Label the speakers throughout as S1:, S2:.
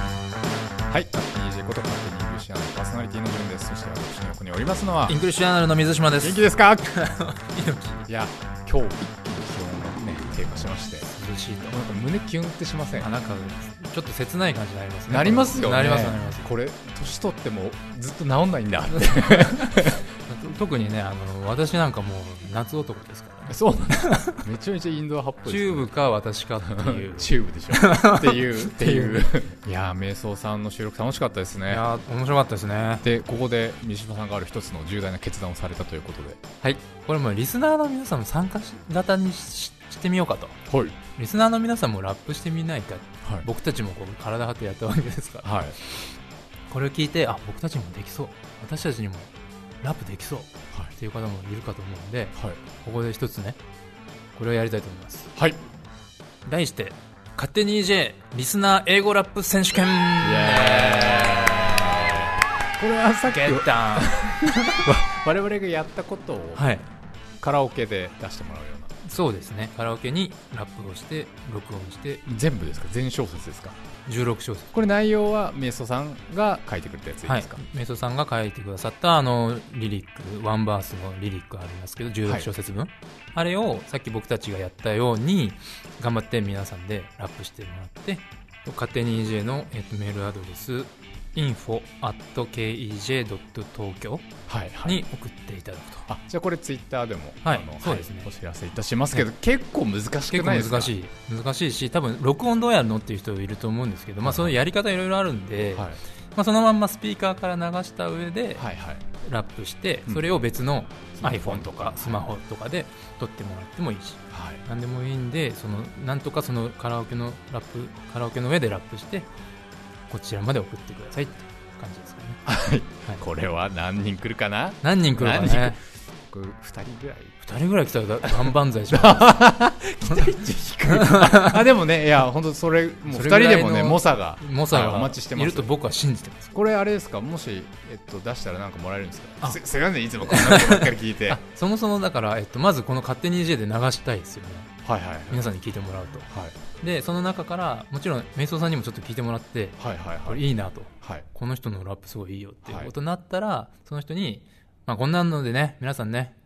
S1: はい、DJ こと勝手にイングリッシュアナパーソナリティの順です。そして私の横におりますのは
S2: イ、ングリッシュアナルの水島で す。
S1: 元気ですかい
S2: 猪木
S1: や、今日一気に気温がね、低下しまして、
S2: 嬉しいと。
S1: なんか胸キュンってしません
S2: あなんかちょっと切ない感じになりますね。
S1: なりますよね。
S2: なりますなります。
S1: これ、年取ってもずっと治んないんだって。
S2: 特にねあの私なんかもう夏男ですから、ね。
S1: そうなんです。 めちゃめちゃインドア派っぽい
S2: チ
S1: ですね
S2: ューブか私かっていう。い
S1: チューブでしょ っていうっていういやー瞑想さんの収録楽しかったですね
S2: やー面白かったですね。
S1: でここで三島さんがある一つの重大な決断をされたということで
S2: はい。これもうリスナーの皆さんも参加し型にししてみようかと。
S1: はい
S2: リスナーの皆さんもラップしてみないか。
S1: はい
S2: 僕たちもこう体張ってやったわけですから。
S1: はい
S2: これを聞いてあ僕たちにもできそう。私たちにもラップできそうっていう方もいるかと思うんで。
S1: はい
S2: ここで一つねこれをやりたいと思います
S1: はいイ
S2: 題して「勝手に EJ リスナー英語ラップ選手権」
S1: これはさっき
S2: ゲッタン
S1: 我々がやったことを
S2: はい
S1: カラオケで出してもらうよう
S2: そうですねカラオケにラップをして録音して
S1: な全部ですか全小説ですか
S2: 16小節
S1: これ内容は瞑想さんが書いてくれたやつでいい
S2: は
S1: で
S2: い
S1: すか、
S2: メソさんが書いてくださったあのリリックワンバースのリリックありますけど16小節分、あれをさっき僕たちがやったように頑張って皆さんでラップしてもらって勝手に EJ の、えっとメールアドレス info.kej.tokyo
S1: はいはい
S2: に送っていただくと、
S1: あじゃあこれツイッターでも、
S2: はい
S1: あの
S2: そうですね
S1: お知らせいたしますけど、結構難しくないですか
S2: 結構難しい難しいし多分録音どうやるのっていう人いると思うんですけど、まあ、
S1: はい
S2: そのやり方いろいろあるんで、
S1: はい
S2: まあ、そのまんまスピーカーから流した上で
S1: はいはい
S2: ラップして、
S1: うん
S2: それを別の
S1: スマホ
S2: iPhone とかスマホとかで撮ってもらってもいいし
S1: はい
S2: 何でもいいんでそのなんとかそのカラオケのラップカラオケの上でラップしてこちらまで送ってくださいって感じですかね
S1: これは何人来るかな
S2: 何人来るか
S1: 何人来る
S2: ね
S1: 僕2人ぐらい
S2: 2人ぐらい来たらだ万々歳しま
S1: あでもねいや本当それもう2
S2: それぐら
S1: 人
S2: いの
S1: でもね猛者が
S2: す猛者
S1: はいお待ちして
S2: が
S1: ます
S2: いると僕は信じてます
S1: これあれですかもし、えっと、出したらなんかもらえるんですか
S2: あ
S1: すすいませんいつもこんなことばっかり聞いて は
S2: あそもそもだから、えっと、まずこの「勝手に EJ」で流したいですよね
S1: いはい
S2: 皆さんに聞いてもらうと
S1: はい
S2: でその中からもちろん瞑想さんにもちょっと聞いてもらって
S1: はいはい
S2: こ
S1: は
S2: れ
S1: い
S2: いいなと
S1: はい
S2: この人のラップすごいいいよっていうことになったら、その人に、まあ、こんなのでね皆さんね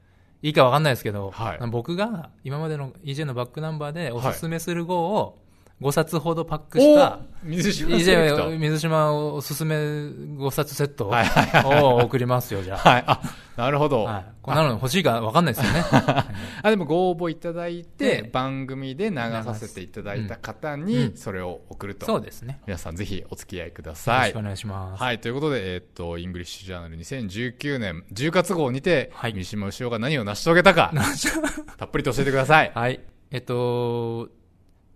S2: いいかわかんないですけど、
S1: はい
S2: 僕が今までの EJ のバックナンバーでおすすめする号を5冊ほどパックし
S1: お
S2: た、
S1: 水島セレクト
S2: EJ 水島おすすめ5冊セット
S1: はいはいはい
S2: を送りますよ、じゃ
S1: はいあなるほ
S2: あ。
S1: ど、
S2: はい、こんなの欲しいかわかんないですよ ね。
S1: あでもご応募いただいて
S2: で
S1: 番組で流させていただいた方
S2: う
S1: に
S2: ん
S1: それを送ると、
S2: そうですね。
S1: 皆さんぜひお付き合いくだ
S2: よろ
S1: さ
S2: し
S1: い
S2: くお願いします。
S1: はい、ということで、えーっと、イングリッシュジャーナル2019年10月号にて、
S2: はい
S1: 三島牛尾が 何を成し遂げたか、たっぷりと教えてください。
S2: はい。えっと、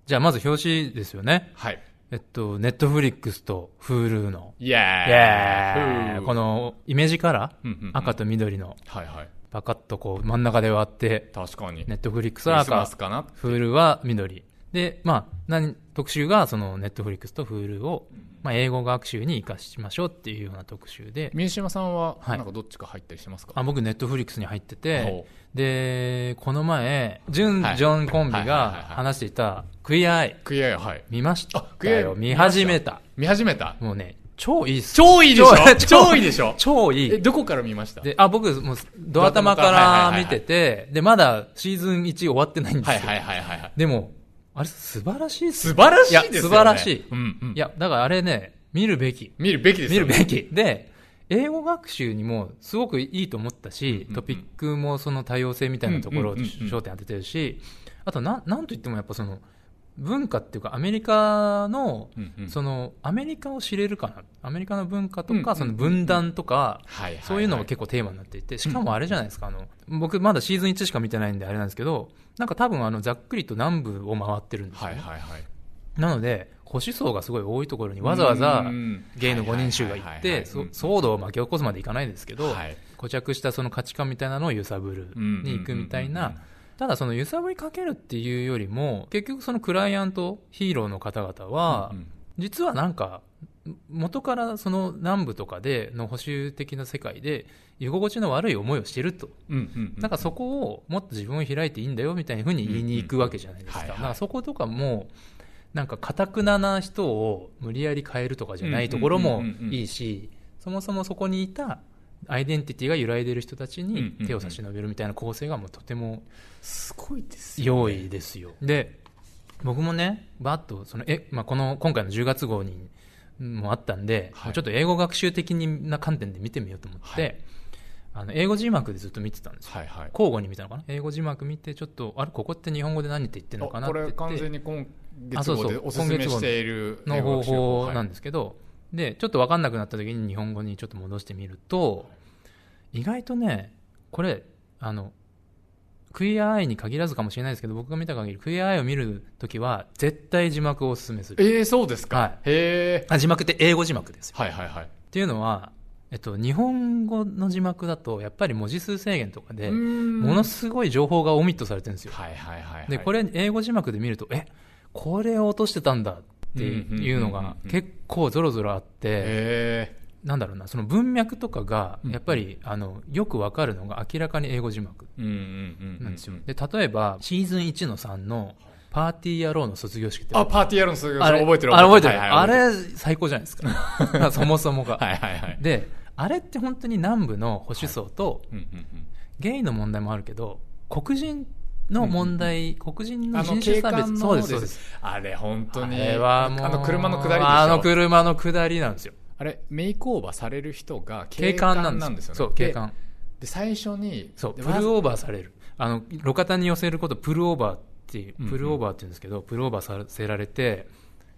S2: じゃあまず表紙ですよね。
S1: はい。
S2: えっと、ネットフリックスと Hulu の、
S1: イェー
S2: イ
S1: イ
S2: エーイ
S1: ふう
S2: このイメージカラ
S1: うんうんう
S2: ー
S1: ん
S2: 赤と緑の
S1: はいはい。
S2: パカッとこう真ん中で割って、
S1: 確かに。
S2: ネットフリックス
S1: ク
S2: は
S1: リスマ
S2: 赤
S1: ス、かな
S2: Hulu は緑。で、まあ、何、特集がそのネットフリックスと Hulu を、まあ、英語学習に活かしましょうっていうような特集で、
S1: 三島さんは、
S2: はい
S1: なんかどっちか入ったりしてますか
S2: あ僕ネットフリックスに入ってて
S1: ほ、
S2: で、この前、ジュン・
S1: はい
S2: ジョンコンビ
S1: はいはいはいはい
S2: が話していたクイアアイ、
S1: クイアはい。
S2: 見ました
S1: クイアアイ
S2: よ。見始めた。
S1: 見始めた
S2: もうね、超いいっす。
S1: 超いいでしょ
S2: 超
S1: 超いいでしょ
S2: 超い
S1: え、
S2: い。
S1: どこから見ました
S2: で、あ、僕、もう、ドア玉から見てて、で、まだシーズン1終わってないんです
S1: はい
S2: よ。
S1: はいはいはいはい。
S2: でも、あれ、素晴らしいっす。
S1: 素晴らしいですよ、ね。
S2: いや素晴らしい
S1: うんうん。
S2: いや、だからあれね、見るべき。
S1: 見るべきです
S2: 見
S1: よ、
S2: る
S1: ね。
S2: べき。で、英語学習にもすごくいいと思ったし、
S1: うん
S2: トピックもその多様性みたいなところを
S1: うんうんうんうん
S2: 焦点当ててるし、あとな、なんといってもやっぱその、文化っていうかアメリカの、
S1: うんうん
S2: その、アメリカを知れるかな。アメリカの文化と
S1: うんうんうんう
S2: か、
S1: ん
S2: その分断とか、
S1: はいはいはい。
S2: そういうのが結構テーマになっていて、しかもあれじゃないですか、あの、僕まだシーズン1しか見てないんであれなんですけど、なんか多分あの、ざっくりと南部を回ってるんですよ
S1: はい
S2: ね。
S1: はいはい。
S2: なので、保守層がすごい多いところにわざわざ
S1: うん
S2: ゲイの5人衆が行
S1: はい
S2: っ
S1: はいはいは
S2: て、
S1: い
S2: そ
S1: うん
S2: 騒動を巻き起こすまでいかないですけど、
S1: はい
S2: 固着したその価値観みたいなのを揺さぶる
S1: うん
S2: に行くみた
S1: う
S2: い
S1: んうんうん
S2: な、ただその揺さぶりかけるっていうよりも、結局そのクライアント、ヒーローの方々は、
S1: うん
S2: 実はなんか元からその南部とかでの保守的な世界で居心地の悪い思いをしてると、
S1: うんうんうん
S2: だからそこをもっと自分を開いていいんだよみたいなふうに言いに行くわけじゃないで
S1: う
S2: す
S1: んうん
S2: か、
S1: はいはい
S2: だからそことかもなんかかたくなな人を無理やり変えるとかじゃないところもいいしそもそもそこにいたアイデンティティが揺らいでる人たちに手を差し伸べるみたいな構成がもうとても
S1: すごいですよ
S2: 用意ですよ。で僕もねバッとそのえ、まあ、この今回の10月号にもあったんで、
S1: はい
S2: ちょっと英語学習的な観点で見てみようと思って、
S1: はい
S2: あの英語字幕でずっと見てたんですよ
S1: はいはい
S2: 交互に見たのかな英語字幕見てちょっとあれここって日本語で何って言ってるのか
S1: あ
S2: なっ
S1: こ
S2: て言っ
S1: れ
S2: て
S1: 完全に今
S2: あ
S1: 月
S2: そうそ
S1: 号
S2: う
S1: でおすすめしている
S2: の方法なん
S1: す
S2: ですけど、でちょっと分かんなくなった時に日本語にちょっと戻してみると意外とねこれあのクイアアイに限らずかもしれないですけど僕が見た限りクイアアイを見るときは絶対字幕をおすすめする
S1: ええそうですか、
S2: はい
S1: へえ
S2: あ字幕って英語字幕ですよ
S1: はいはいはい
S2: っていうのは、えっと、日本語の字幕だとやっぱり文字数制限とかで
S1: うーん
S2: ものすごい情報がオミットされてるんですよ
S1: はいはいはいはい
S2: でこれ英語字幕で見るとえこれを落としてたんだっていうの
S1: うんうんうん
S2: が
S1: うん
S2: 結構ぞろぞろあって
S1: へえ
S2: なんだろうなその文脈とかが
S1: うん
S2: やっぱりあのよくわかるのが明らかに英語字幕
S1: うんうんうん
S2: なんですよ
S1: うん
S2: で例えばシーズン1の3の「パーティー野郎」の卒業式って
S1: あパーティーやるのすぐ
S2: あれ
S1: 覚えてる
S2: あれ覚えてる
S1: はい
S2: あ
S1: はい覚えてる
S2: れ最高じゃないですか そもそもが
S1: はいはいはい
S2: であれって本当に南部の保守層と
S1: うんうんうん
S2: ゲイの問題もあるけど黒人の問題黒人の
S1: あの
S2: 人
S1: 警
S2: 種差
S1: 官
S2: 別
S1: の
S2: そ
S1: 方
S2: うで
S1: です
S2: そうです
S1: すあれ本当に
S2: あれはもう
S1: あの車の下りでしょ
S2: あの車の下りなんですよ
S1: あれメイクオーバーされる人が
S2: 警
S1: 警
S2: 官
S1: 官
S2: な
S1: なんん
S2: です
S1: ですよね
S2: そう警官
S1: でで最初に
S2: そうプ
S1: で
S2: ルオーバーされるあの路肩に寄せることプルオーバーっていう
S1: うんうん
S2: プルオーバーって言うんですけど、プルオーバーさせられて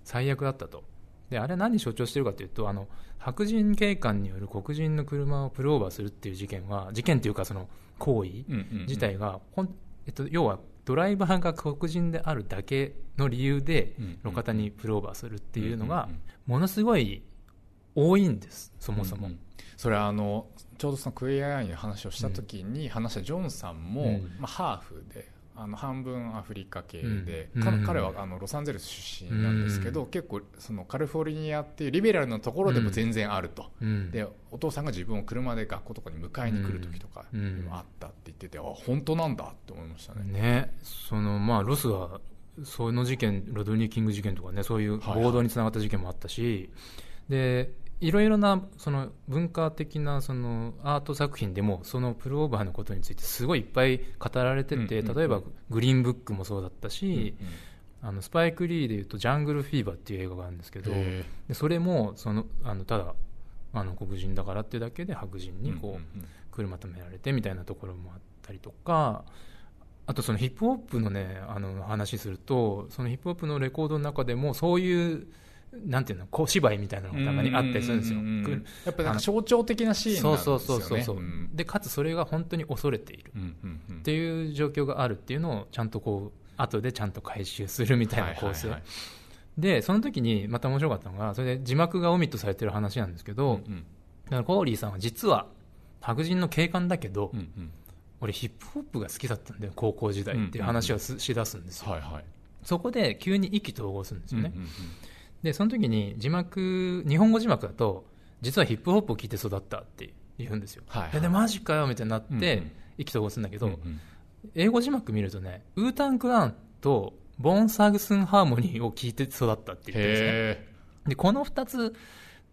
S2: 最悪だったとであれ何象徴してるかというとあの白人警官による黒人の車をプルオーバーするっていう事件は事件っていうかその行為、
S1: うんうんうん
S2: 自体が、ほんえっと、要はドライバーが黒人であるだけの理由で
S1: うん
S2: 路肩にプルオーバーするっていうの
S1: う
S2: が
S1: んうんうん
S2: ものすごい多いんですそもそ
S1: う
S2: も、
S1: んうんそれはあのちょうどそのクエアアイの話をした時に話したジョンさんも、
S2: うん
S1: まあ、ハーフであの半分アフリカ系で、
S2: うん
S1: か
S2: うん
S1: 彼はあのロサンゼルス出身なんですけど、結構そのカリフォルニアっていうリベラルなところでも全然あると、
S2: うん
S1: でお父さんが自分を車で学校とかに迎えに来る時とか
S2: うんうん
S1: にもあったって言ってて、あ本当なんだって思いましたね。
S2: ねそのまあロスはその事件ロドニー・キング事件とかねそういう
S1: はいはい
S2: 暴動につながった事件もあったし、でいろいろなその文化的なそのアート作品でもそのプルオーバーのことについてすごいいっぱい語られてて、
S1: うんうんうん
S2: 例えば「グリーンブック」もそうだったし、
S1: うんうん
S2: あのスパイク・リーでいうと「ジャングル・フィーバー」っていう映画があるんですけど
S1: へ
S2: でそれもそのあのただあの黒人だからっていうだけで白人
S1: ー
S2: にこう、
S1: うんうんうん
S2: 車止められてみたいなところもあったりとかあとそのヒップホップのねあの話するとそのヒップホップのレコードの中でもそういうなんていうの小芝居みたいなのがたまにあったりするんですよ。
S1: ううう
S2: く
S1: やっぱなんか象徴的なシーンなん
S2: そう
S1: です
S2: そ
S1: よ
S2: う
S1: ね。
S2: そうそうそう、
S1: ん
S2: でかつそれが本当に恐れている
S1: うんうんうん
S2: っていう状況があるっていうのをちゃんとこう後でちゃんと回収するみたいな構成、
S1: はいはい
S2: でその時にまた面白かったのがそれで字幕がオミットされてる話なんですけど、
S1: はいうん
S2: だからコーリーさんは実は白人の警官だけど、
S1: うんうん
S2: 俺ヒップホップが好きだったんだよ高校時代っていう話をすしだすんですよ、
S1: はいはい
S2: そこで急に意気投合するんですよね、
S1: うんうんうん
S2: でその時に字幕日本語字幕だと実はヒップホップを聴いて育ったって言うんですよ、
S1: はいはい
S2: えでマジかよみたいになっ
S1: うん
S2: て
S1: うん
S2: 意気投合するんだけど、
S1: うんうん
S2: 英語字幕見るとねウータン・クランとボーン・サグスン・ハーモニーを聴いて育ったって言ってるんですね
S1: へ
S2: でこの2つ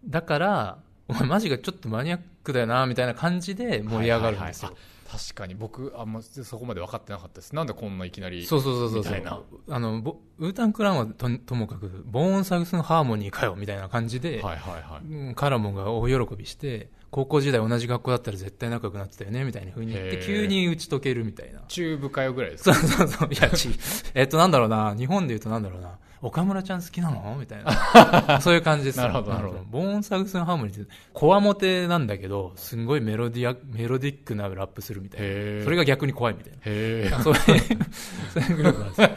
S2: だからお前マジがちょっとマニアックだよなみたいな感じで
S1: え
S2: 盛り上がるんですよ、
S1: 確かに僕あんまそこまで分かってなかったですなんでこんないきなり
S2: そうそうそうそうそう
S1: みたいな
S2: あのボウータン・クランはとともかくボーン・サグスのハーモニーかよみたいな感じで、
S1: はいはいはい
S2: うんカラモンが大喜びして高校時代同じ学校だったら絶対仲良くなってたよねみたいな風に言って
S1: へー
S2: 急に打ち解けるみたいな
S1: 中部歌謡ぐらいです
S2: そ
S1: か
S2: うそうそ ういやちえっとなんだろうな日本で言うとなんだろうな岡村ちゃん好きなのみた いなそういう感じです
S1: な
S2: よ
S1: るほどなるほど
S2: あのボーン・サグスのハーモニーってこわもてなんだけどすんごいメロディアメロディックなラップするみたいな
S1: へえ
S2: それが逆に怖いみたいな
S1: へえ
S2: そういう、そういうグループなんですよ。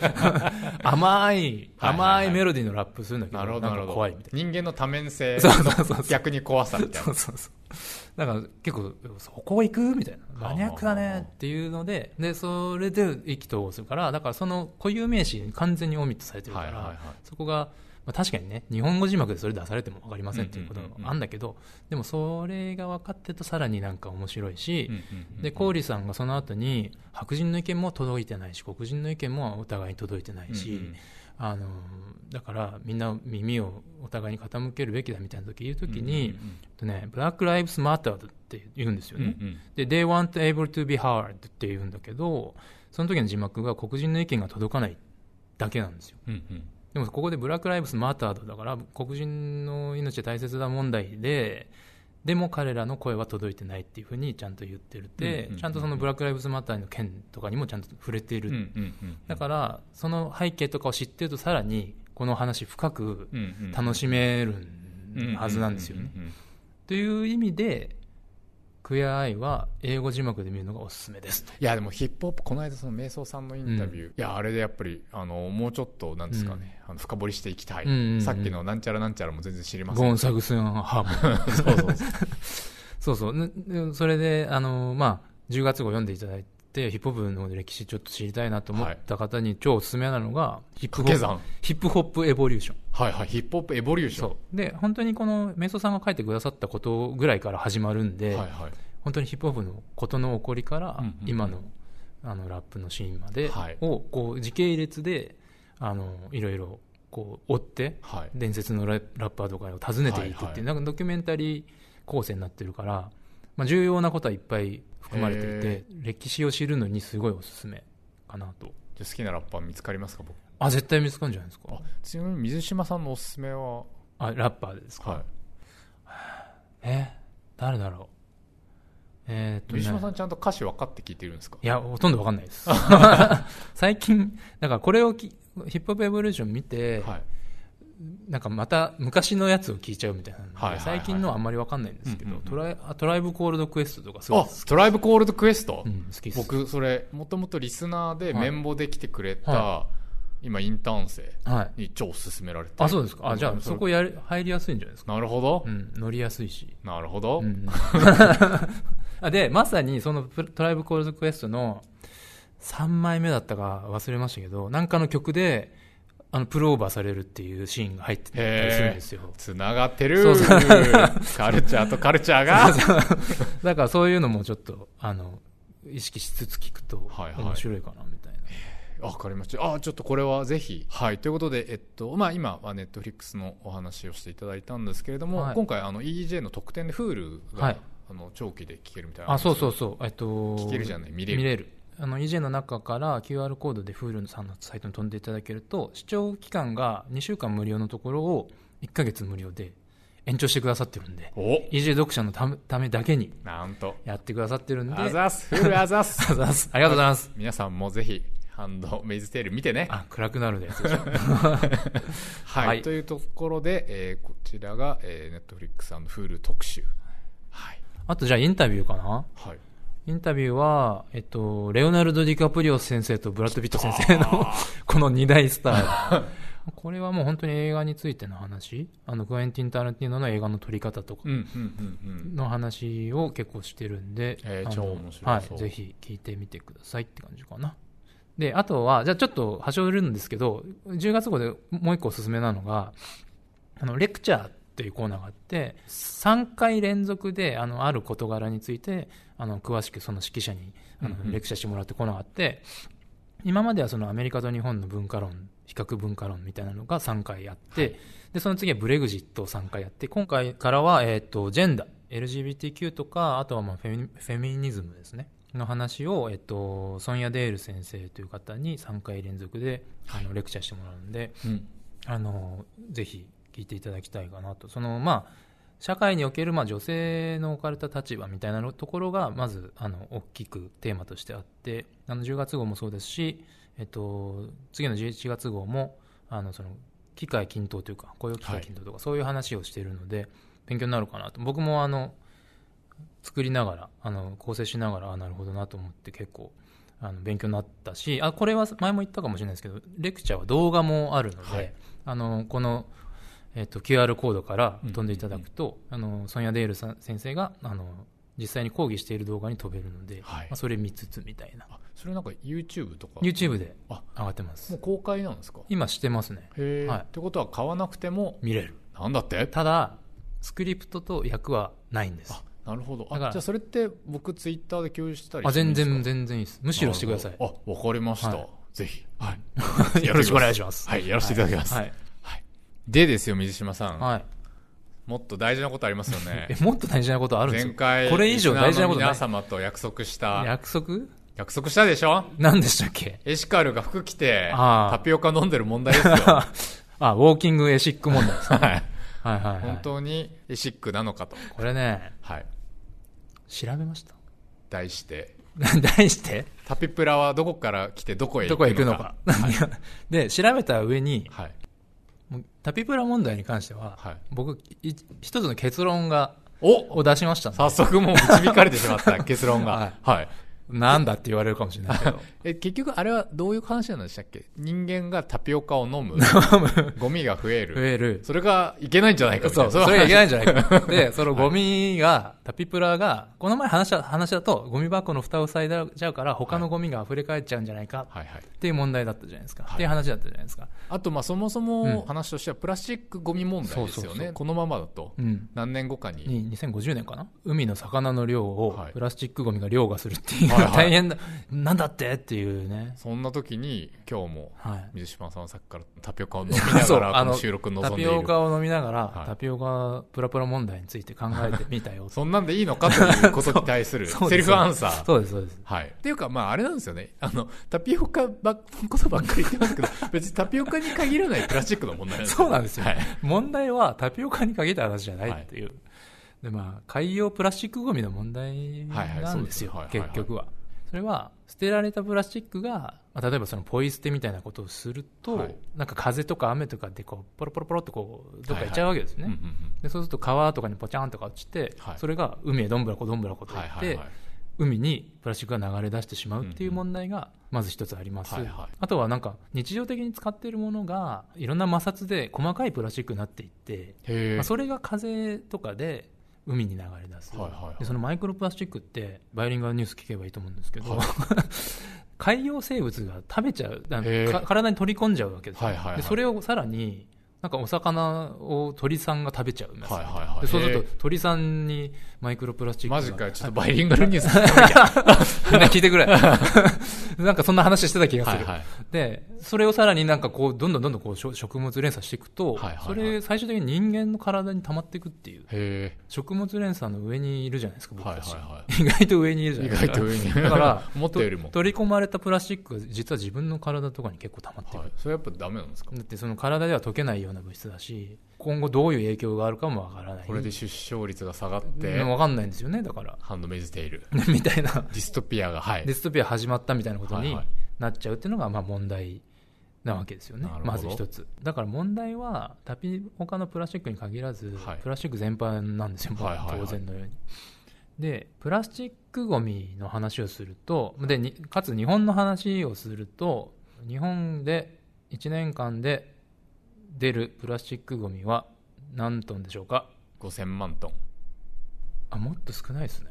S2: 甘い、
S1: はいはい
S2: 甘いメロディーのラップするんだけど、
S1: なるほどなる
S2: ん
S1: ほ
S2: か
S1: ど
S2: 怖いみたい
S1: 人間の多面性
S2: な。そうそうそう。
S1: 逆に怖さみたい
S2: そ
S1: な
S2: うそうそう。だから結構、そこ行くみたいな。マニアックだねっていうので、で、それで意気投合するから、だからその固有名詞に完全にオミットされてるから、
S1: はいはいはい
S2: そこが、まあ、確かにね、日本語字幕でそれ出されても分かりませんっていうこと
S1: うんうんうんうん
S2: もあんだけど、でもそれが分かってるとさらになんか面白いし、
S1: うんうんうん
S2: でコーリーさんがその後に白人の意見も届いてないし黒人の意見もお互いに届いてないし、
S1: うんうん
S2: あのだからみんな耳をお互いに傾けるべきだみたいな時言う時に、とね、ブラック・ライブス・マターって言うんですよね、で They want able to be hard って言うんだけどその時の字幕が黒人の意見が届かないだけなんですよでもここでブラック・ライブス・マターだから黒人の命は大切だ問題ででも彼らの声は届いてないっていうふうにちゃんと言ってるって、ちゃんとそのブラック・ライブズ・マターの件とかにもちゃんと触れてる、だからその背景とかを知ってるとさらにこの話深く楽しめるはずなんですよね。という意味でクエア・アイは英語字幕で見るのがおすすめですと。
S1: いやでもヒップホップこの間その瞑想さんのインタビュー、いやあれでやっぱりあのもうちょっとなんですかね、あの深掘りしていきたい、
S2: うんうんうん
S1: さっきのなんちゃらなんちゃらも全然知りませ
S2: ゴ
S1: ん
S2: ンサグスンハーモン
S1: そうそうそう
S2: そうそうね。でそれで、あの、まあ、10月号読んでいただいて、ヒップホップの歴史ちょっと知りたいなと思った方に超おすすめなのが、ヒップホ
S1: 掛け
S2: ップ、
S1: 算
S2: ヒップホップエボリューション。
S1: はいはいヒップホップエボリューション
S2: そう。で、本当にこの、メイソさんが書いてくださったことぐらいから始まるんで、
S1: はいはい
S2: 本当にヒップホップのことの起こりから、
S1: うんうんうん
S2: 今の、あの、ラップのシーンまで
S1: はい
S2: を、こう、時系列で、あの、いろいろ、こう、追って、
S1: はい
S2: 伝説のララッパーとかを訪ねていくっていう、
S1: はいはい
S2: なんかドキュメンタリー構成になってるから、まあ、重要なことはいっぱい含まれていて
S1: へ
S2: 歴史を知るのにすごいおすすめかなと
S1: じゃあ好きなラッパー見つかりますか僕
S2: あ絶対見つかるんじゃないですか
S1: あちなみに水島さんのおすすめは
S2: あラッパーですか
S1: は
S2: え誰だろうえーっ
S1: い
S2: と、ね、
S1: 水島さんちゃんと歌詞分かって聞いてるんですか
S2: いやほとんどわかんないです 最近だからこれをきヒップホップエボリューション見て、
S1: はい
S2: なんかまた昔のやつを聞いちゃうみたいなので、
S1: はいはいはい
S2: 最近のはあんまりわかんないんですけど、
S1: うんうんうん
S2: トライあトライブコールドクエストとかすごい
S1: あ
S2: 好き
S1: トライブコールドクエスト、
S2: うん、好きです
S1: 僕それもともとリスナーで
S2: はい
S1: 綿棒で来てくれた、
S2: は
S1: 今インターン生
S2: はい
S1: に超勧められて
S2: あそうですかあじゃあそこ
S1: れ
S2: やる入りやすいんじゃないですか、
S1: なるほど、
S2: うん、乗りやすいし、
S1: なるほど、
S2: うん あでまさにそのプトライブコールドクエストの3枚目だったか忘れましたけどなんかの曲であのプルオーバーされるっていうシーンが入ってたりするんですよ
S1: つながってる
S2: そうそう
S1: カルチャーとカルチャーが
S2: だからそういうのもちょっとあの意識しつつ聞くと
S1: はいはい
S2: 面白いかなみたいな、
S1: わかりましたあちょっとこれはぜひはいということでえっとまあ今はネットフリックスのお話をしていただいたんですけれども、
S2: はい
S1: 今回あの EJ の特典で Hulu が、
S2: はい
S1: あの長期で聴けるみたいな
S2: あそうそううそうえっと
S1: 聞けるじゃない見れる
S2: 見れるあの EJ の中から QR コードで Hulu さんのサイトに飛んでいただけると視聴期間が2週間無料のところを1ヶ月無料で延長してくださってるんで
S1: お
S2: EJ 読者のためためだけに
S1: なんと
S2: やってくださってるんで
S1: あざっす Hulu あざっす
S2: あざっすありがとうございます
S1: 皆さんもぜひハンドメイズテール見てね
S2: あ暗くなるのやつでしょ
S1: はい、
S2: はい
S1: というところで、えーこちらが、えー、Netflix& Hulu 特集はい
S2: あとじゃあインタビューかな
S1: はい
S2: インタビューは、えっと、レオナルド・ディカプリオ先生とブラッド・ピット先生のこの二大スター。 これはもう本当に映画についての話、あの、クエンティン・タランティーノの映画の撮り方とか
S1: うんうんうんうん
S2: の話を結構してるんで、
S1: えー
S2: あの
S1: 超面白そう
S2: はい、ぜひ聞いてみてくださいって感じかな。で、あとは、じゃあちょっと端折るんですけど、10月号でもう一個おすすめなのが、あの、レクチャーっていうコーナーがあって、3回連続で、あの、ある事柄について、あの、詳しくその指揮者に、あ
S1: うんうん
S2: の、レクチャーしてもらってコーナーがあって、今まではそのアメリカと日本の文化論、比較文化論みたいなのが3回あって、で、その次はブレグジットを3回やって、今回からは、えっ、と、ジェンダー、LGBTQ とか、あとはまあフェミフェミニズムですね。の話を、えっ、と、ソンヤ・デール先生という方に3回連続で、あの、レクチャーしてもらうんで、
S1: うん
S2: あの、ぜひ聞いていただきたいかなと。その、まあ、社会における、まあ、女性の置かれた立場みたいなのところが、まず、あの、大きくテーマとしてあって、あの、10月号もそうですし、えっと、次の11月号も、あの、その、機会均等というか、雇用機会均等とか、そういう話をしているので、勉強になるかなと。僕も、あの、作りながら、あの、構成しながら、あなるほどなと思って結構、あの勉強になったしあこれは前も言ったかもしれないですけどレクチャーは動画もあるので、
S1: はい
S2: あのこの、えっと QR コードから飛んでいただくと、あのソンヤ・デールさん先生があの実際に講義している動画に飛べるので、
S1: はい
S2: まあ、それ見つつみたいな
S1: あそれなんか YouTube とか
S2: YouTube で
S1: あ
S2: 上がってま
S1: も
S2: す
S1: う公開なんですか
S2: 今してますね
S1: へえ、
S2: はい
S1: ってことは買わなくても
S2: 見れる
S1: なんだって
S2: ただスクリプトと役はないんです
S1: あなるほど
S2: だか
S1: あ
S2: ら
S1: じゃあそれって僕ツイッターで共有したり
S2: あ
S1: していいん
S2: 全
S1: ですか
S2: 然全然いいですむしろしてください
S1: なるほどあわかりました、
S2: は
S1: ぜひ、は
S2: よろしくお願いします
S1: はいよろしくいただきます
S2: はい
S1: いでですよ水島さん、
S2: はい。
S1: もっと大事なことありますよ
S2: え
S1: ね、
S2: もっと大事なことあるんです
S1: 前
S2: よ。
S1: 回
S2: これ以上大事なことない
S1: リスナーの皆様と約束した
S2: 約束
S1: 約束したでしょ
S2: 何でしたっけ
S1: エシカルが服着て
S2: あー
S1: タピオカ飲んでる問題です よは
S2: あ、あウォーキングエシック問題ですね。
S1: い
S2: はいはい、はい。
S1: 本当にエシックなのかと、
S2: これね、
S1: はい、
S2: 調べました。
S1: 題して
S2: 題して、
S1: タピプラはどこから来てどこへ行
S2: ど
S1: くの
S2: こ
S1: か
S2: へ行くのか。 で、調べた上に、
S1: はい
S2: もうタピプラ問題に関しては、
S1: はい
S2: 僕、い一つの結論が、
S1: お
S2: を出しましたんで
S1: 早速もう導かれてしまった 結論がはい、
S2: なんだって言われるかもしれないけど。
S1: え結局あれはどういう話なんでしたっけ人間がタピオカを飲 むゴミが増える
S2: 増える。
S1: それがいけないんじゃないかみたい
S2: そう、
S1: な
S2: それがいけないんじゃない
S1: か
S2: か。 で、そのゴミが、タピプラが、この前話した話だと、ゴミ箱の蓋を塞いじゃうから、他のゴミが溢れ返っちゃうんじゃないか
S1: はいはい
S2: っていう問題だったじゃないですか。
S1: はい
S2: っていう話だったじゃないですか。
S1: あとまあそもそうも
S2: ん
S1: 話としてはプラスチックゴミ問題ですよね
S2: そうそうそう
S1: このままだと
S2: うん。
S1: 何年後かに
S2: に2050年かな海の魚の量を
S1: はい
S2: プラスチックゴミが凌駕するってい
S1: はい
S2: う、
S1: はい
S2: 大変だ、なんだってっていうね、
S1: そんな時に今日も
S2: はい、
S1: 水島さんはさっきからタピオカを飲み な
S2: そう
S1: がら
S2: あ
S1: こ
S2: の
S1: の収録に
S2: タ
S1: 臨んでい
S2: ピ
S1: る
S2: オカを飲みながら、
S1: はい
S2: タピオカプラプラ問題について考えてみたよ
S1: そんなんでいいのかということに対 する
S2: そうそうで す
S1: セルフアンサー。
S2: そうですそうです
S1: はい、っていうか、まあ、あれなんですよね、あのタピオカばのことばっかり言って ますけど、別にタピオカに限らないプラスチックの問題なんですよ
S2: そうなんですよ、
S1: はい
S2: 問題はタピオカに限った話じゃないっていう、でまあ、海洋プラスチックゴミの問題
S1: はいはい
S2: なんですよ、
S1: そうですはいはいはい
S2: 結局は、それは捨てられたプラスチックが、まあ、例えばそのポイ捨てみたいなことをすると、
S1: はい
S2: なんか風とか雨とかでこうポロポロポロってこうどっか行っちゃうわけですね、
S1: うんうんうん
S2: でそうすると川とかにポチャンとか落ちて、
S1: はい
S2: それが海へどんぶらこどんぶらことい
S1: はい
S2: って、
S1: はいはい
S2: 海にプラスチックが流れ出してしまうっていう問題がまず一つあります、
S1: はいはい
S2: あとはなんか日常的に使っているものがいろんな摩擦で細かいプラスチックになっていって、
S1: へ
S2: ま
S1: え
S2: あ、それが風とかで海に流れ出す、
S1: はいはいはい
S2: でそのマイクロプラスチックってバイリンガルニュース聞けばいいと思うんですけど、
S1: は
S2: 海洋生物が食べちゃうあの
S1: へえ
S2: か体に取り込んじゃうわけですよ、
S1: はいはいはい
S2: でそれをさらになんかお魚を鳥さんが食べちゃうんですよ、
S1: はいはいはい
S2: でそうす
S1: へ
S2: る
S1: え
S2: と鳥さんにマイクロプラスチックが
S1: マジかよ、ちょっとバイリンガルニュース、
S2: みんな聞いてくれ。 なんかそんな話してた気がする。
S1: はいはい
S2: で、それをさらになんかこう、どんどんどんどんこう食食物連鎖していく
S1: は
S2: と、
S1: いはいはい
S2: それ最終的に人間の体に溜まっていくっていう。
S1: へ
S2: 食物連鎖の上にいるじゃないですか、
S1: え
S2: 僕
S1: はい
S2: たち。
S1: は
S2: 意外と上にいる
S1: い
S2: じ
S1: は
S2: ゃ
S1: い、意
S2: ないです
S1: 外
S2: か。
S1: と上に、
S2: だから、
S1: 思ったよりも、
S2: 取り込まれたプラスチックが実は自分の体とかに結構溜まっていく。
S1: はい、それやっぱダメなんですか、
S2: だってその体では溶けないような物質だし、今後どういう影響があるかもわからない。
S1: これで出生率が下がって、
S2: わかんないんですよね、だから。
S1: ハンドメイズテイル、
S2: みたいな。
S1: ディストピアが、はい
S2: デ、ィストピア始まったみたいなこと
S1: はい
S2: に
S1: はい
S2: なっちゃうっていうのがまあ問題なわけですよね
S1: なるほ、ど
S2: まず一つ。だから問題は、タピオカのプラスチックに限らず、
S1: はい
S2: プラスチック全般なんですよ、もう
S1: はいはいはい
S2: 当然のように。で、プラスチックごみの話をすると、でにかつ日本の話をすると、日本で1年間で出るプラスチックごみは何トンでしょうか
S1: 5000万トン、
S2: あ、もっと少ないです ね。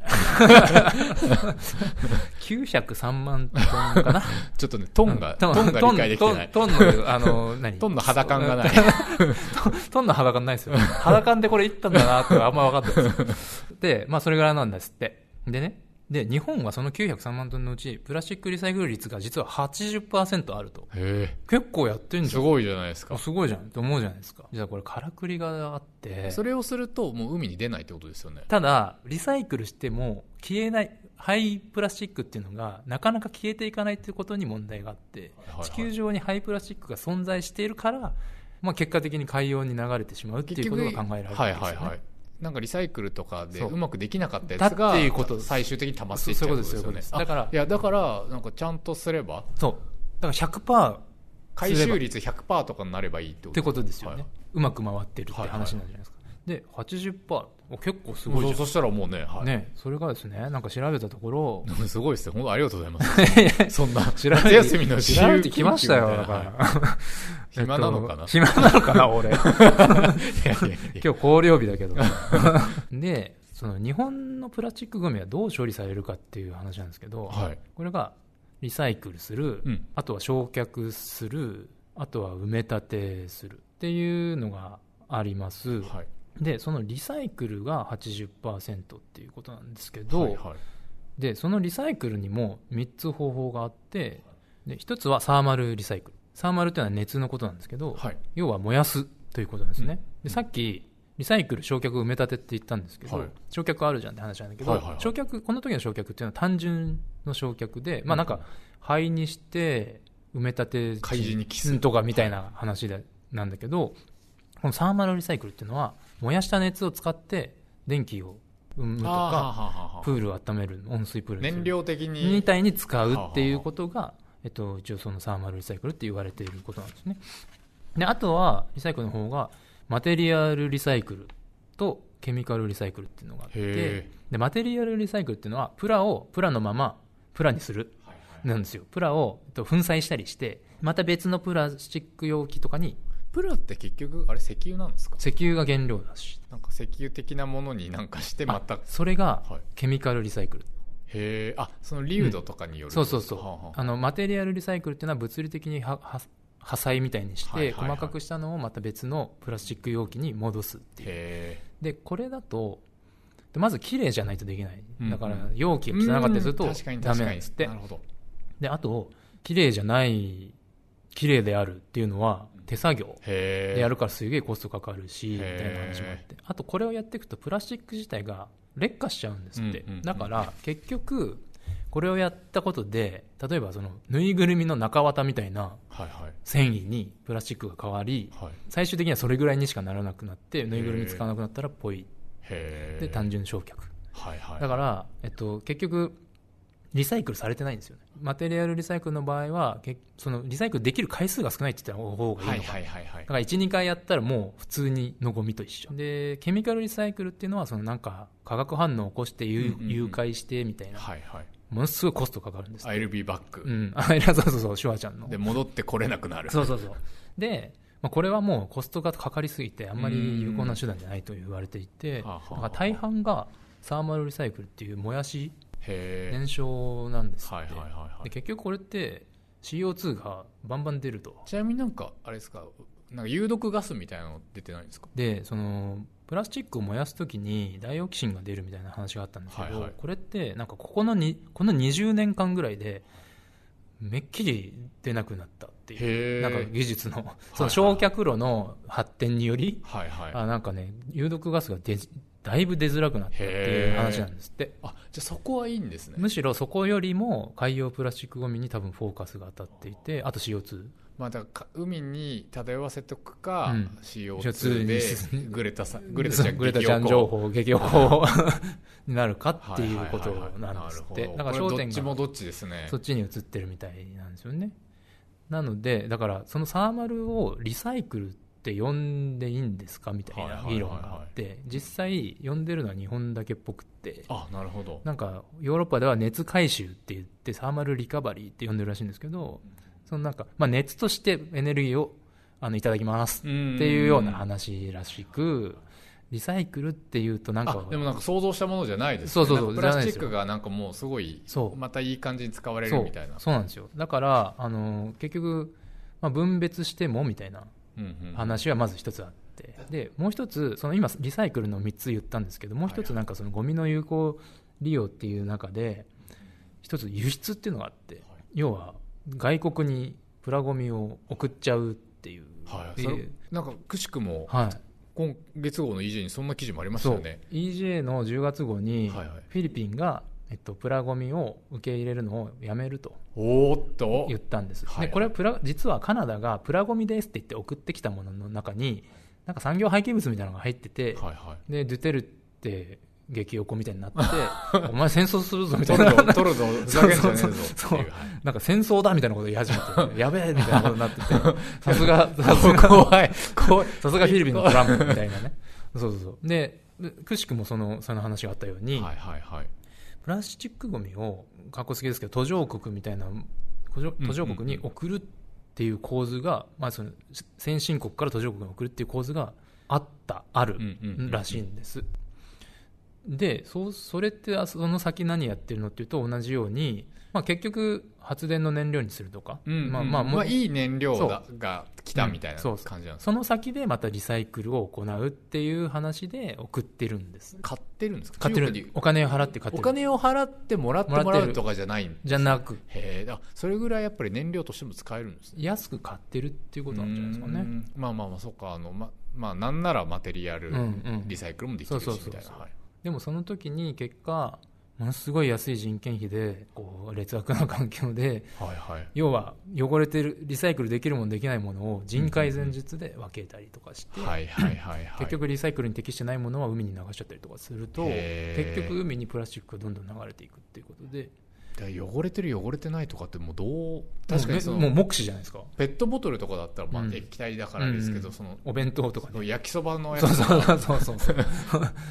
S2: 903万トンかな。
S1: ちょっとね、トンが、
S2: うん
S1: トンが理解できてない、
S2: トントントンの、あの、何
S1: トンの肌感がない。
S2: トントンの肌感ないですよ。肌感でこれいったんだなってあんま分かってないです。 で、まあそれぐらいなんですって。でね。で、日本はその903万トンのうち、プラスチックリサイクル率が実は80%あると。
S1: へ
S2: 結構やってん
S1: え
S2: じ
S1: す
S2: ゃん。
S1: ごいじゃないですか
S2: あすごいじゃんって思うじゃないですか。じゃあこれ、からくりがあって。
S1: それをするともう海に出ないってことですよね
S2: ただリサイクルしても消えない廃プラスチックっていうのがなかなか消えていかないということに問題があって、
S1: はいはい
S2: 地球上に廃プラスチックが存在しているから、まあ、結果的に海洋に流れてしまうっていうことが考えられるんですよ、ね、
S1: はいはいはいなんかリサイクルとかで
S2: そう
S1: うまくできなかったやつ
S2: だ
S1: が
S2: っていうことです
S1: 最終的に溜まっていっちゃう
S2: そう
S1: こ
S2: い
S1: と
S2: う
S1: で
S2: こ
S1: す
S2: とです
S1: よね
S2: そういうことですだから
S1: あいやだからなんかちゃんとすれば
S2: そうだから100%
S1: 回収率100%とかになればいいってこと
S2: ってことですよね、
S1: はいう
S2: まく回ってるって話になるじゃないですか、で80%お結構すごい
S1: そ
S2: じゃ
S1: うんそしたらもうね,、はい、
S2: ね、それがですねなんか調べたところ
S1: すごいですよ本当ありがとうございますそんな
S2: 調べて
S1: 夏休みの自由
S2: 調べてきましたよ
S1: 研究
S2: だ
S1: みたいな
S2: か
S1: はい
S2: ら、
S1: 暇なのかな
S2: えっと暇なのかな 俺
S1: いやいやいや
S2: 今日高料日だけどでその日本のプラスチックゴミはどう処理されるかっていう話なんですけど、
S1: はい
S2: これがリサイクルする、
S1: うん
S2: あとは焼却するあとは埋め立てするっていうのがあります、
S1: はい
S2: でそのリサイクルが80%っていうことなんですけど、
S1: はいはい
S2: でそのリサイクルにも3つ方法があってで1つはサーマルリサイクルサーマルっていうのは熱のことなんですけど、
S1: はい
S2: 要は燃やすということなんですね、
S1: うん
S2: でさっきリサイクル焼却埋め立てって言ったんですけど、
S1: はい
S2: 焼却あるじゃんって話なんだけど、
S1: はいはいはい
S2: 焼却この時の焼却っていうのは単純の焼却で、まあなんか灰にして埋め立て地
S1: 開示に帰す
S2: とかみたいな話でなんだけど、このサーマルリサイクルっていうのは燃やした熱を使って電気を生むと
S1: あーはあ
S2: か
S1: はあはあ
S2: プールを温める温水プールにする
S1: 燃料的に
S2: みたいに使うっていうことが、えっと、一応そのサーマルリサイクルって言われていることなんですね。で、あとは、リサイクルの方が、マテリアルリサイクルとケミカルリサイクルっていうのがあって
S1: へ、
S2: で、マテリアルリサイクルっていうのは、プラをプラのまま、プラにする。なんですよ。プラを、えっと、粉砕したりして、また別のプラスチック容器とかに、
S1: プラって結局あれ石油なんですか
S2: 石油が原料だし、
S1: なんか石油的なものになんかしてまたへ
S2: それが
S1: はい、
S2: ケミカルリサイクル。
S1: えあその流度とかによる、
S2: そうそうそう、
S1: はあはあ
S2: あのマテリアルリサイクルっていうのは物理的にはは破砕みたいにして、
S1: はいはいはい
S2: 細かくしたのをまた別のプラスチック容器に戻すっていう
S1: へ
S2: でこれだとでまず綺麗じゃないとできない、
S1: うん
S2: だから容器
S1: え
S2: が汚かったりすると
S1: うん確かに
S2: ダ
S1: 確
S2: メ
S1: か
S2: なん
S1: に
S2: ですって
S1: なるほど
S2: であと綺麗じゃない綺麗であるっていうのは手作業
S1: へえ
S2: でやるからすげえコストかかるしみ
S1: へ
S2: た
S1: ー
S2: いな話もあってあとこれをやっていくとプラスチック自体が劣化しちゃうんですって、
S1: うんうんうん
S2: だから結局これをやったことで例えばそのぬいぐるみの中綿みたいな
S1: はいはい
S2: 繊維にプラスチックが変わり
S1: はい
S2: 最終的にはそれぐらいにしかならなくなってぬいぐるみ使わなくなったらポイ
S1: へえ
S2: で単純焼却
S1: はいはい
S2: だから、えっと、結局リサイクルされてないんですよねマテリアルリサイクルの場合はけそのリサイクルできる回数が少ないって言った方がいいのか
S1: はは
S2: ない
S1: いはいはい
S2: だから12回やったらもう普通にのゴミと一緒でケミカルリサイクルっていうのはそのなんか化学反応を起こして誘,、
S1: うんうんうん
S2: 誘拐してみたいな
S1: はいはい
S2: ものすごいコストかかるんですって
S1: I'll be back、
S2: うん あいやそうそうそうシュワちゃんの
S1: で戻ってこれなくなる
S2: そうそうそうで、まあ、これはもうコストがかかりすぎてあんまり有効な手段じゃないと言われていて
S1: うんはあはあ
S2: だから大半がサーマルリサイクルっていう燃やし
S1: へえ
S2: 燃焼なんですって、
S1: はいはいはいは
S2: で
S1: い
S2: 結局これって CO2 がバンバン出ると
S1: ちなみになんかあれですかなんか有毒ガスみたいなの出てないんですか
S2: でそのプラスチックを燃やすときにダイオキシンが出るみたいな話があったんですけど、
S1: はいはい
S2: これってなんかここのにこの20年間ぐらいでめっきり出なくなったっていう
S1: へえ
S2: なんか技術の
S1: い
S2: その焼却炉の発展により、
S1: はいはい
S2: あなんかね有毒ガスが出だいぶ出づらくなったっていう話なんですって
S1: あじゃあそこはいいんですね
S2: むしろそこよりも海洋プラスチックごみに多分フォーカスが当たっていてあと CO2
S1: まあ、だからか海に漂わせとくか、
S2: うん
S1: CO2 で
S2: CO2 に
S1: グレタさんグレタちゃ
S2: そうんグレタちゃん
S1: 激
S2: 情
S1: 横
S2: 報激おこになるかっ
S1: はい
S2: て
S1: いうはいはいはい
S2: ことなんですってだ
S1: な
S2: か
S1: る
S2: ら
S1: ほどこれど
S2: 焦点
S1: っちも
S2: が
S1: どっちですね
S2: そっちに移ってるみたいなんですよねなのでだからそのサーマルをリサイクルって呼んでいいんですかみたい
S1: はいは
S2: な
S1: はいは
S2: い
S1: い
S2: 議論があって実際呼んでるのは日本だけっぽくって
S1: あなるほど
S2: なんかヨーロッパでは熱回収って言ってサーマルリカバリーって呼んでるらしいんですけどそのなんか、まあ、熱としてエネルギーをあのいただきます
S1: って
S2: っていうような話らしくリサイクルっていうとなんか
S1: あでもなんか想像したものじゃないですね
S2: そうそうそう
S1: なんかプラスチッ
S2: じゃないですよ
S1: クがなんかもうすごい
S2: そう
S1: またいい感じに使われ
S2: そ
S1: る
S2: う
S1: みたいな
S2: そうなんですよだからあの結局、まあ、分別してもみたいな
S1: うんうん
S2: 話はまず一つあって、でもう一つその今リサイクルの3つ言ったんですけどもう一
S1: はい
S2: つ
S1: はい
S2: なんかそのゴミの有効利用っていう中で一つ輸出っていうのがあって、要は外国にプラゴミを送っちゃうっていう、
S1: はい
S2: で
S1: それなんかくしくも
S2: はい、
S1: 今月号の EJ にそんな記事もありました
S2: そ
S1: よ
S2: う
S1: ね
S2: EJ の10月号に
S1: はいはい
S2: フィリピンが、えっと、プラゴミを受け入れるのをやめると
S1: おーっと
S2: 言ったんです、
S1: はいはい
S2: でこれはプラ実はカナダがプラゴミですって言って送ってきたものの中になんか産業廃棄物みたいなのが入ってて、
S1: はいは
S2: でドゥテルって激横みたい になってお前戦争するぞみ
S1: い
S2: たい
S1: トル
S2: な
S1: ドトルドふざけんじゃねえぞって
S2: そうそうそう
S1: いうはい
S2: なんか戦争だみたいなこと言い始めて、やべえみたいなことにな ってて、さすが、さすが、
S1: 怖い怖い
S2: さすがフィリピンのトランプみたい なね。そうそうそう。で、でくしくもその、その話があったように、
S1: はいはいはい
S2: プラスチックごみを、かっこつけですけど、途上国みたいな、途上途上国に送るっていう構図が、まあその、先進国から途上国に送るっていう構図があった、ある
S1: うんうんうんうん
S2: らしいんです。でそそれってあその先何やってるのっていうと同じように、まあ、結局発電の燃料にするとか、
S1: うんま
S2: まあ
S1: あ
S2: ま
S1: ま
S2: あ
S1: あ、
S2: もう
S1: いい燃料がが来たみたいな
S2: そ
S1: 感
S2: う
S1: じなんです、
S2: その先でまたリサイクルを行うっていう話で送ってるんです
S1: 買ってるんですか
S2: 買って
S1: 中国
S2: る
S1: で
S2: お金を払って買って
S1: お
S2: る
S1: 金を払ってもらっても
S2: もら
S1: ら
S2: ってる
S1: うとかじゃないん
S2: じゃなく
S1: へえあそれぐらいやっぱり燃料としても使えるんですね
S2: 安く買ってるっていうことなんじゃないですかね
S1: うんまあまあまあそうかあのままあなんならマテリアル
S2: うんうん
S1: リサイクルもできるし
S2: そうそうそう
S1: みたいなはい
S2: でもその時に結果ものすごい安い人件費でこう劣悪な環境で
S1: はいはい
S2: 要は汚れてるリサイクルできるものできないものを人海戦術で分けたりとかして、
S1: はいはいはいはい
S2: 結局リサイクルに適してないものは海に流しちゃったりとかすると
S1: へ
S2: 結
S1: ー
S2: 局海にプラスチックがどんどん流れていくっていうことで
S1: だから汚れてる汚れてないとかってもうどう確かにそ
S2: もう,、
S1: の
S2: もう目視じゃないですか
S1: ペットボトルとかだったらま
S2: う
S1: あ
S2: ん
S1: 液体だからですけ
S2: う
S1: ど
S2: ん
S1: その
S2: お弁当とか
S1: その
S2: ね
S1: 焼きそばのやつ
S2: そうそうそうそうそう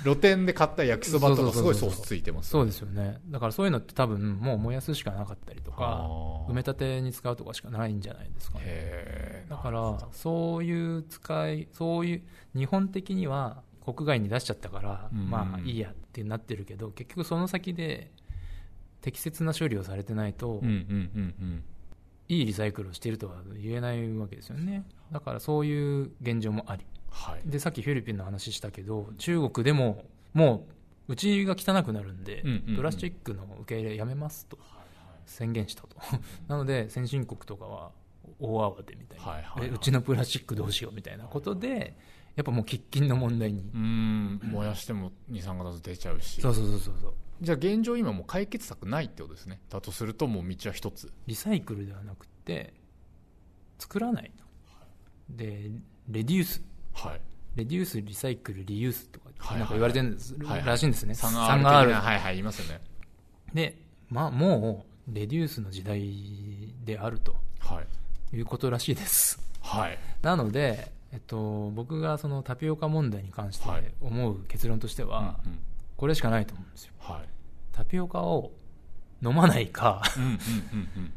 S1: 露店で買った焼きそばとかすごい
S2: そ
S1: ソ
S2: うそうそうそう
S1: ースついてます
S2: そうですよねだからそういうのって多分もう燃やすしかなかったりとか
S1: あー
S2: 埋め立てに使うとかしかないんじゃないですかね
S1: へえ
S2: だからそういう使いそういう日本的には国外に出しちゃったから、
S1: うん
S2: まあいいやってなってるけど結局その先で適切な処理をされてないと、
S1: うんうんうんうん
S2: いいリサイクルをしているとは言えないわけですよねだからそういう現状もあり
S1: はい
S2: でさっきフィリピンの話したけど中国でももううちが汚くなるんで、
S1: うんうんうん
S2: プラスチックの受け入れやめますと宣言したと なので先進国とかは大慌てみたいな、
S1: はいはいはい
S2: えうちのプラスチックどうしようみたいなことでやっぱもう喫緊の問題に、
S1: うん燃やしても二酸化炭素出ちゃうし
S2: そうそうそうそうそう
S1: じゃあ現状今もう解決策ないってことですねだとするともう道は一つ
S2: リサイクルではなくて作らないとでレデュース
S1: はい
S2: レデュースリサイクルリユースとか
S1: はいはい
S2: なんか言われてるんです、
S1: はいはい
S2: らしいんですね、
S1: 3
S2: 三
S1: がある
S2: R
S1: はいはい言いますよね
S2: で、まあ、もうレデュースの時代であると
S1: はい
S2: いうことらしいです
S1: はい
S2: なので、えっと、僕がそのタピオカ問題に関して
S1: はい
S2: 思う結論としては、
S1: うんうん
S2: これしかないと思うんですよ
S1: はい
S2: タピオカを飲まないか
S1: うんうんうん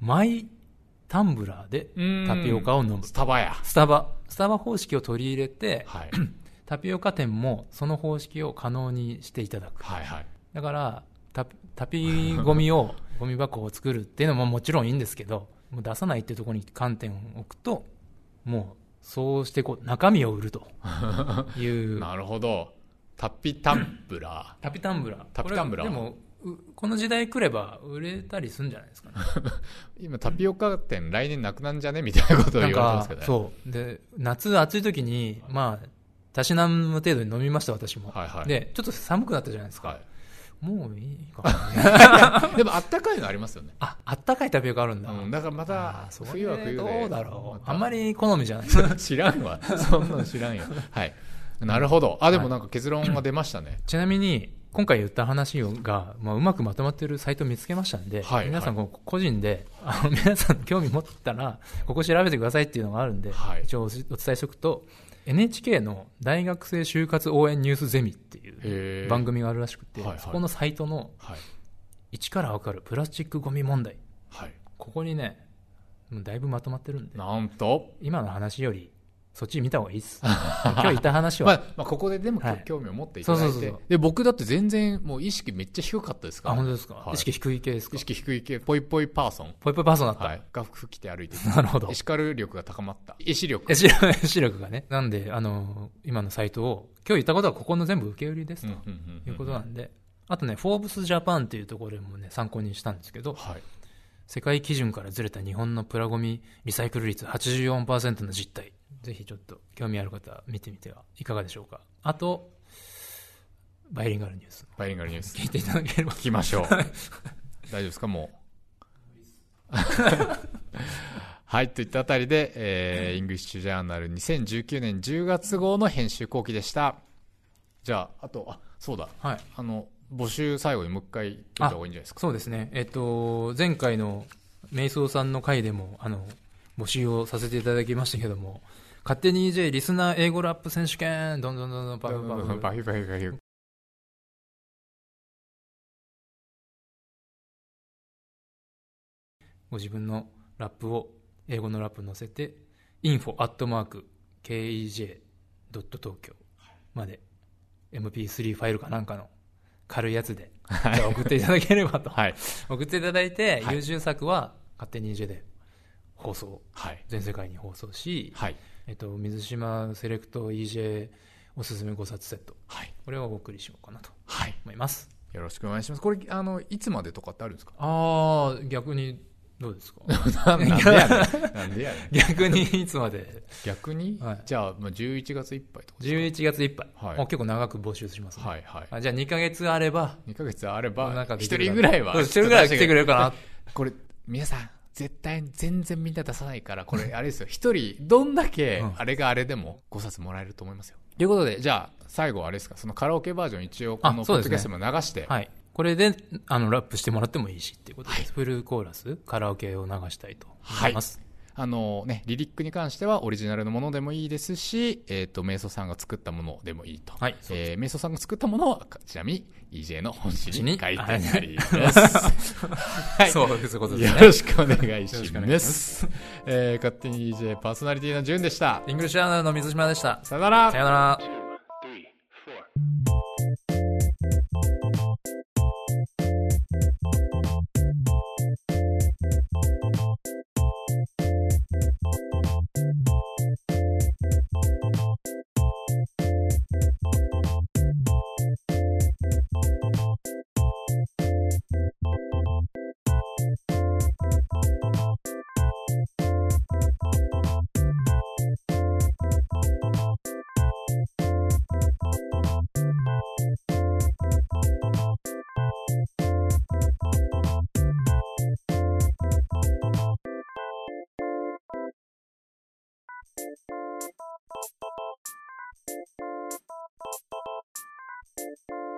S2: マイタンブラーで
S1: うん
S2: タピオカを飲む
S1: スタバや
S2: スタバスタバ方式を取り入れて
S1: はい
S2: タピオカ店もその方式を可能にしていただく
S1: はいはい
S2: だからタピタピゴミ をゴミ箱を作るっていうのももちろんいいんですけどもう出さないっていうところに観点を置くともうそうしてこう中身を売ると いう
S1: なるほどタピタンブラ
S2: タピタンブラー
S1: タピタンブラー
S2: これでもうこの時代来れば売れたりするんじゃないですかね
S1: ー今タピオカ店来年なくなんじゃねみたいなことを
S2: なん
S1: 言われて
S2: か
S1: ますけどね
S2: そうで夏暑い時にまあたしなむ程度に飲みました私も、
S1: はいはい
S2: でちょっと寒くなったじゃないですか、
S1: は
S2: もういいか な
S1: いでもあったかいのありますよ ね
S2: ああったかいタピオカあるんだ、
S1: うんだからま
S2: あ
S1: た
S2: ーそれ
S1: 冬は冬で
S2: どうだろう
S1: ま
S2: あん
S1: り
S2: まり好みじゃない
S1: 知らんわ。そんなの知らんよ。はい。なるほど。あ、でもなんか結論が出ましたね。
S2: ちなみに今回言った話をが、まあ、うまくまとまってるサイトを見つけましたんで、
S1: はい
S2: 皆さんこう個人であの皆さん興味持ったらここ調べてくださいっていうのがあるんで、
S1: はい
S2: 一応お伝えしておくと NHK の大学生就活応援ニュースゼミっていう
S1: へ
S2: 番。組があるらしくて、
S1: はいはい
S2: そこのサイトの
S1: はい。
S2: 1から分かるプラスチックゴミ問題
S1: はい。
S2: ここにねもうだいぶまとまってるんで
S1: なんと。
S2: 今の話よりそっち見た方がいいっ す今日言った話
S1: ま
S2: は、
S1: あ、まあ、ここででも、
S2: はい
S1: 興味を持っていただ
S2: そ
S1: いう
S2: そう
S1: て
S2: そう。
S1: で、僕だって全然もう意識めっちゃ低かったですか
S2: あ本
S1: ら。
S2: 当ですか、
S1: はい
S2: 意識低い系ですか
S1: 意識低い系、ぽいぽいパーソン。
S2: ポイポイパーソンだった、
S1: はい。が服着て歩いて
S2: なるほど
S1: エシカル力が高まった。意志力。
S2: え視力 視力がねなんであの今のサイトを今日言ったことはここの全部受け売りです
S1: うん
S2: と
S1: うんうん
S2: いうことなんで、あとね「フォーブスジャパン」っていうところでもね参考にしたんですけど
S1: はい。
S2: 世界基準からずれた日本のプラゴミリサイクル率84%の実態ぜひちょっと興味ある方は見てみてはいかがでしょうかあとバイリンガルニュース
S1: バイリンガルニュース。
S2: 聞いていただければ
S1: 聞きま しょう。大丈夫ですかもう。 はい。といったあたりで、えー、イングリッシュジャーナル2019年10月号の編集後期でした。じゃあ、あと、あ、そうだ。
S2: はい
S1: あの、募集最後にもう一回言った方がいいんじゃないですか。
S2: そうですね、えっと、前回の瞑想さんの回でもあの募集をさせていただきましたけども、勝手に EJ リスナー英語ラップ選手権、どんどんどんどんパフパフ
S1: バイバイバイバイ
S2: ご自分のラップを、英語のラップに載せて、info.kej.tokyo まで MP3 ファイルかなんかの軽いやつで、じゃあ送っていただければと。
S1: はい。
S2: 送っていただいて、
S1: はい
S2: 優秀作は勝手に EJ で放送、
S1: はい。
S2: 全世界に放送し、
S1: はい。
S2: えっと、水島セレクト EJ おすすめ5冊セット、
S1: はい。
S2: これをお送りしようかなと
S1: はい。
S2: 思います。
S1: よろしくお願いします。これ、あの、いつまでとかってあるんです か
S2: ああ、逆に、どうですか
S1: なんでやねん。なんでやねん。
S2: 逆にいつまで
S1: 逆に、
S2: はい
S1: じゃあ、まあ、11月いっぱいとかです
S2: ?11 月いっぱい。
S1: はい
S2: もう結構長く募集しますね、
S1: かはいはい。
S2: あじゃあ2ヶ月あれば、
S1: 2ヶ月あれ
S2: この
S1: ば、
S2: 中で
S1: 一人ぐらいは。
S2: そう一人ぐらいは来てくれるかな。
S1: これ、皆さん、絶対に全然みんな出さないから、これ、あれですよ。一人、どんだけ
S2: う、ん
S1: あれがあれでも、5冊もらえると思いますよ。ということで、じゃあ、最後はあれですか、そのカラオケバージョン一応、この
S2: あ
S1: ポ
S2: そう
S1: ッド
S2: です
S1: キ
S2: ね
S1: ャストも流して、
S2: はい。これで、あの、ラップしてもらってもいいしっていうことです。フルコーラス、カラオケを流したいと思います。
S1: あのね、リリックに関してはオリジナルのものでもいいですし、えっ、と、メイソさんが作ったものでもいいと。
S2: はいそう
S1: えー、メイソさんが作ったものは、ちなみに EJ の本誌に書
S2: 本誌
S1: い
S2: に
S1: てあります。はい
S2: そういうことです
S1: よ
S2: ね。
S1: ろしくお願い
S2: よろ
S1: し
S2: しくお
S1: ま。
S2: 願いします
S1: えー、勝手に EJ パーソナリティの順でした。
S2: イングリッシュアナの水島でした。
S1: さよなら
S2: さ。よなら。
S3: 「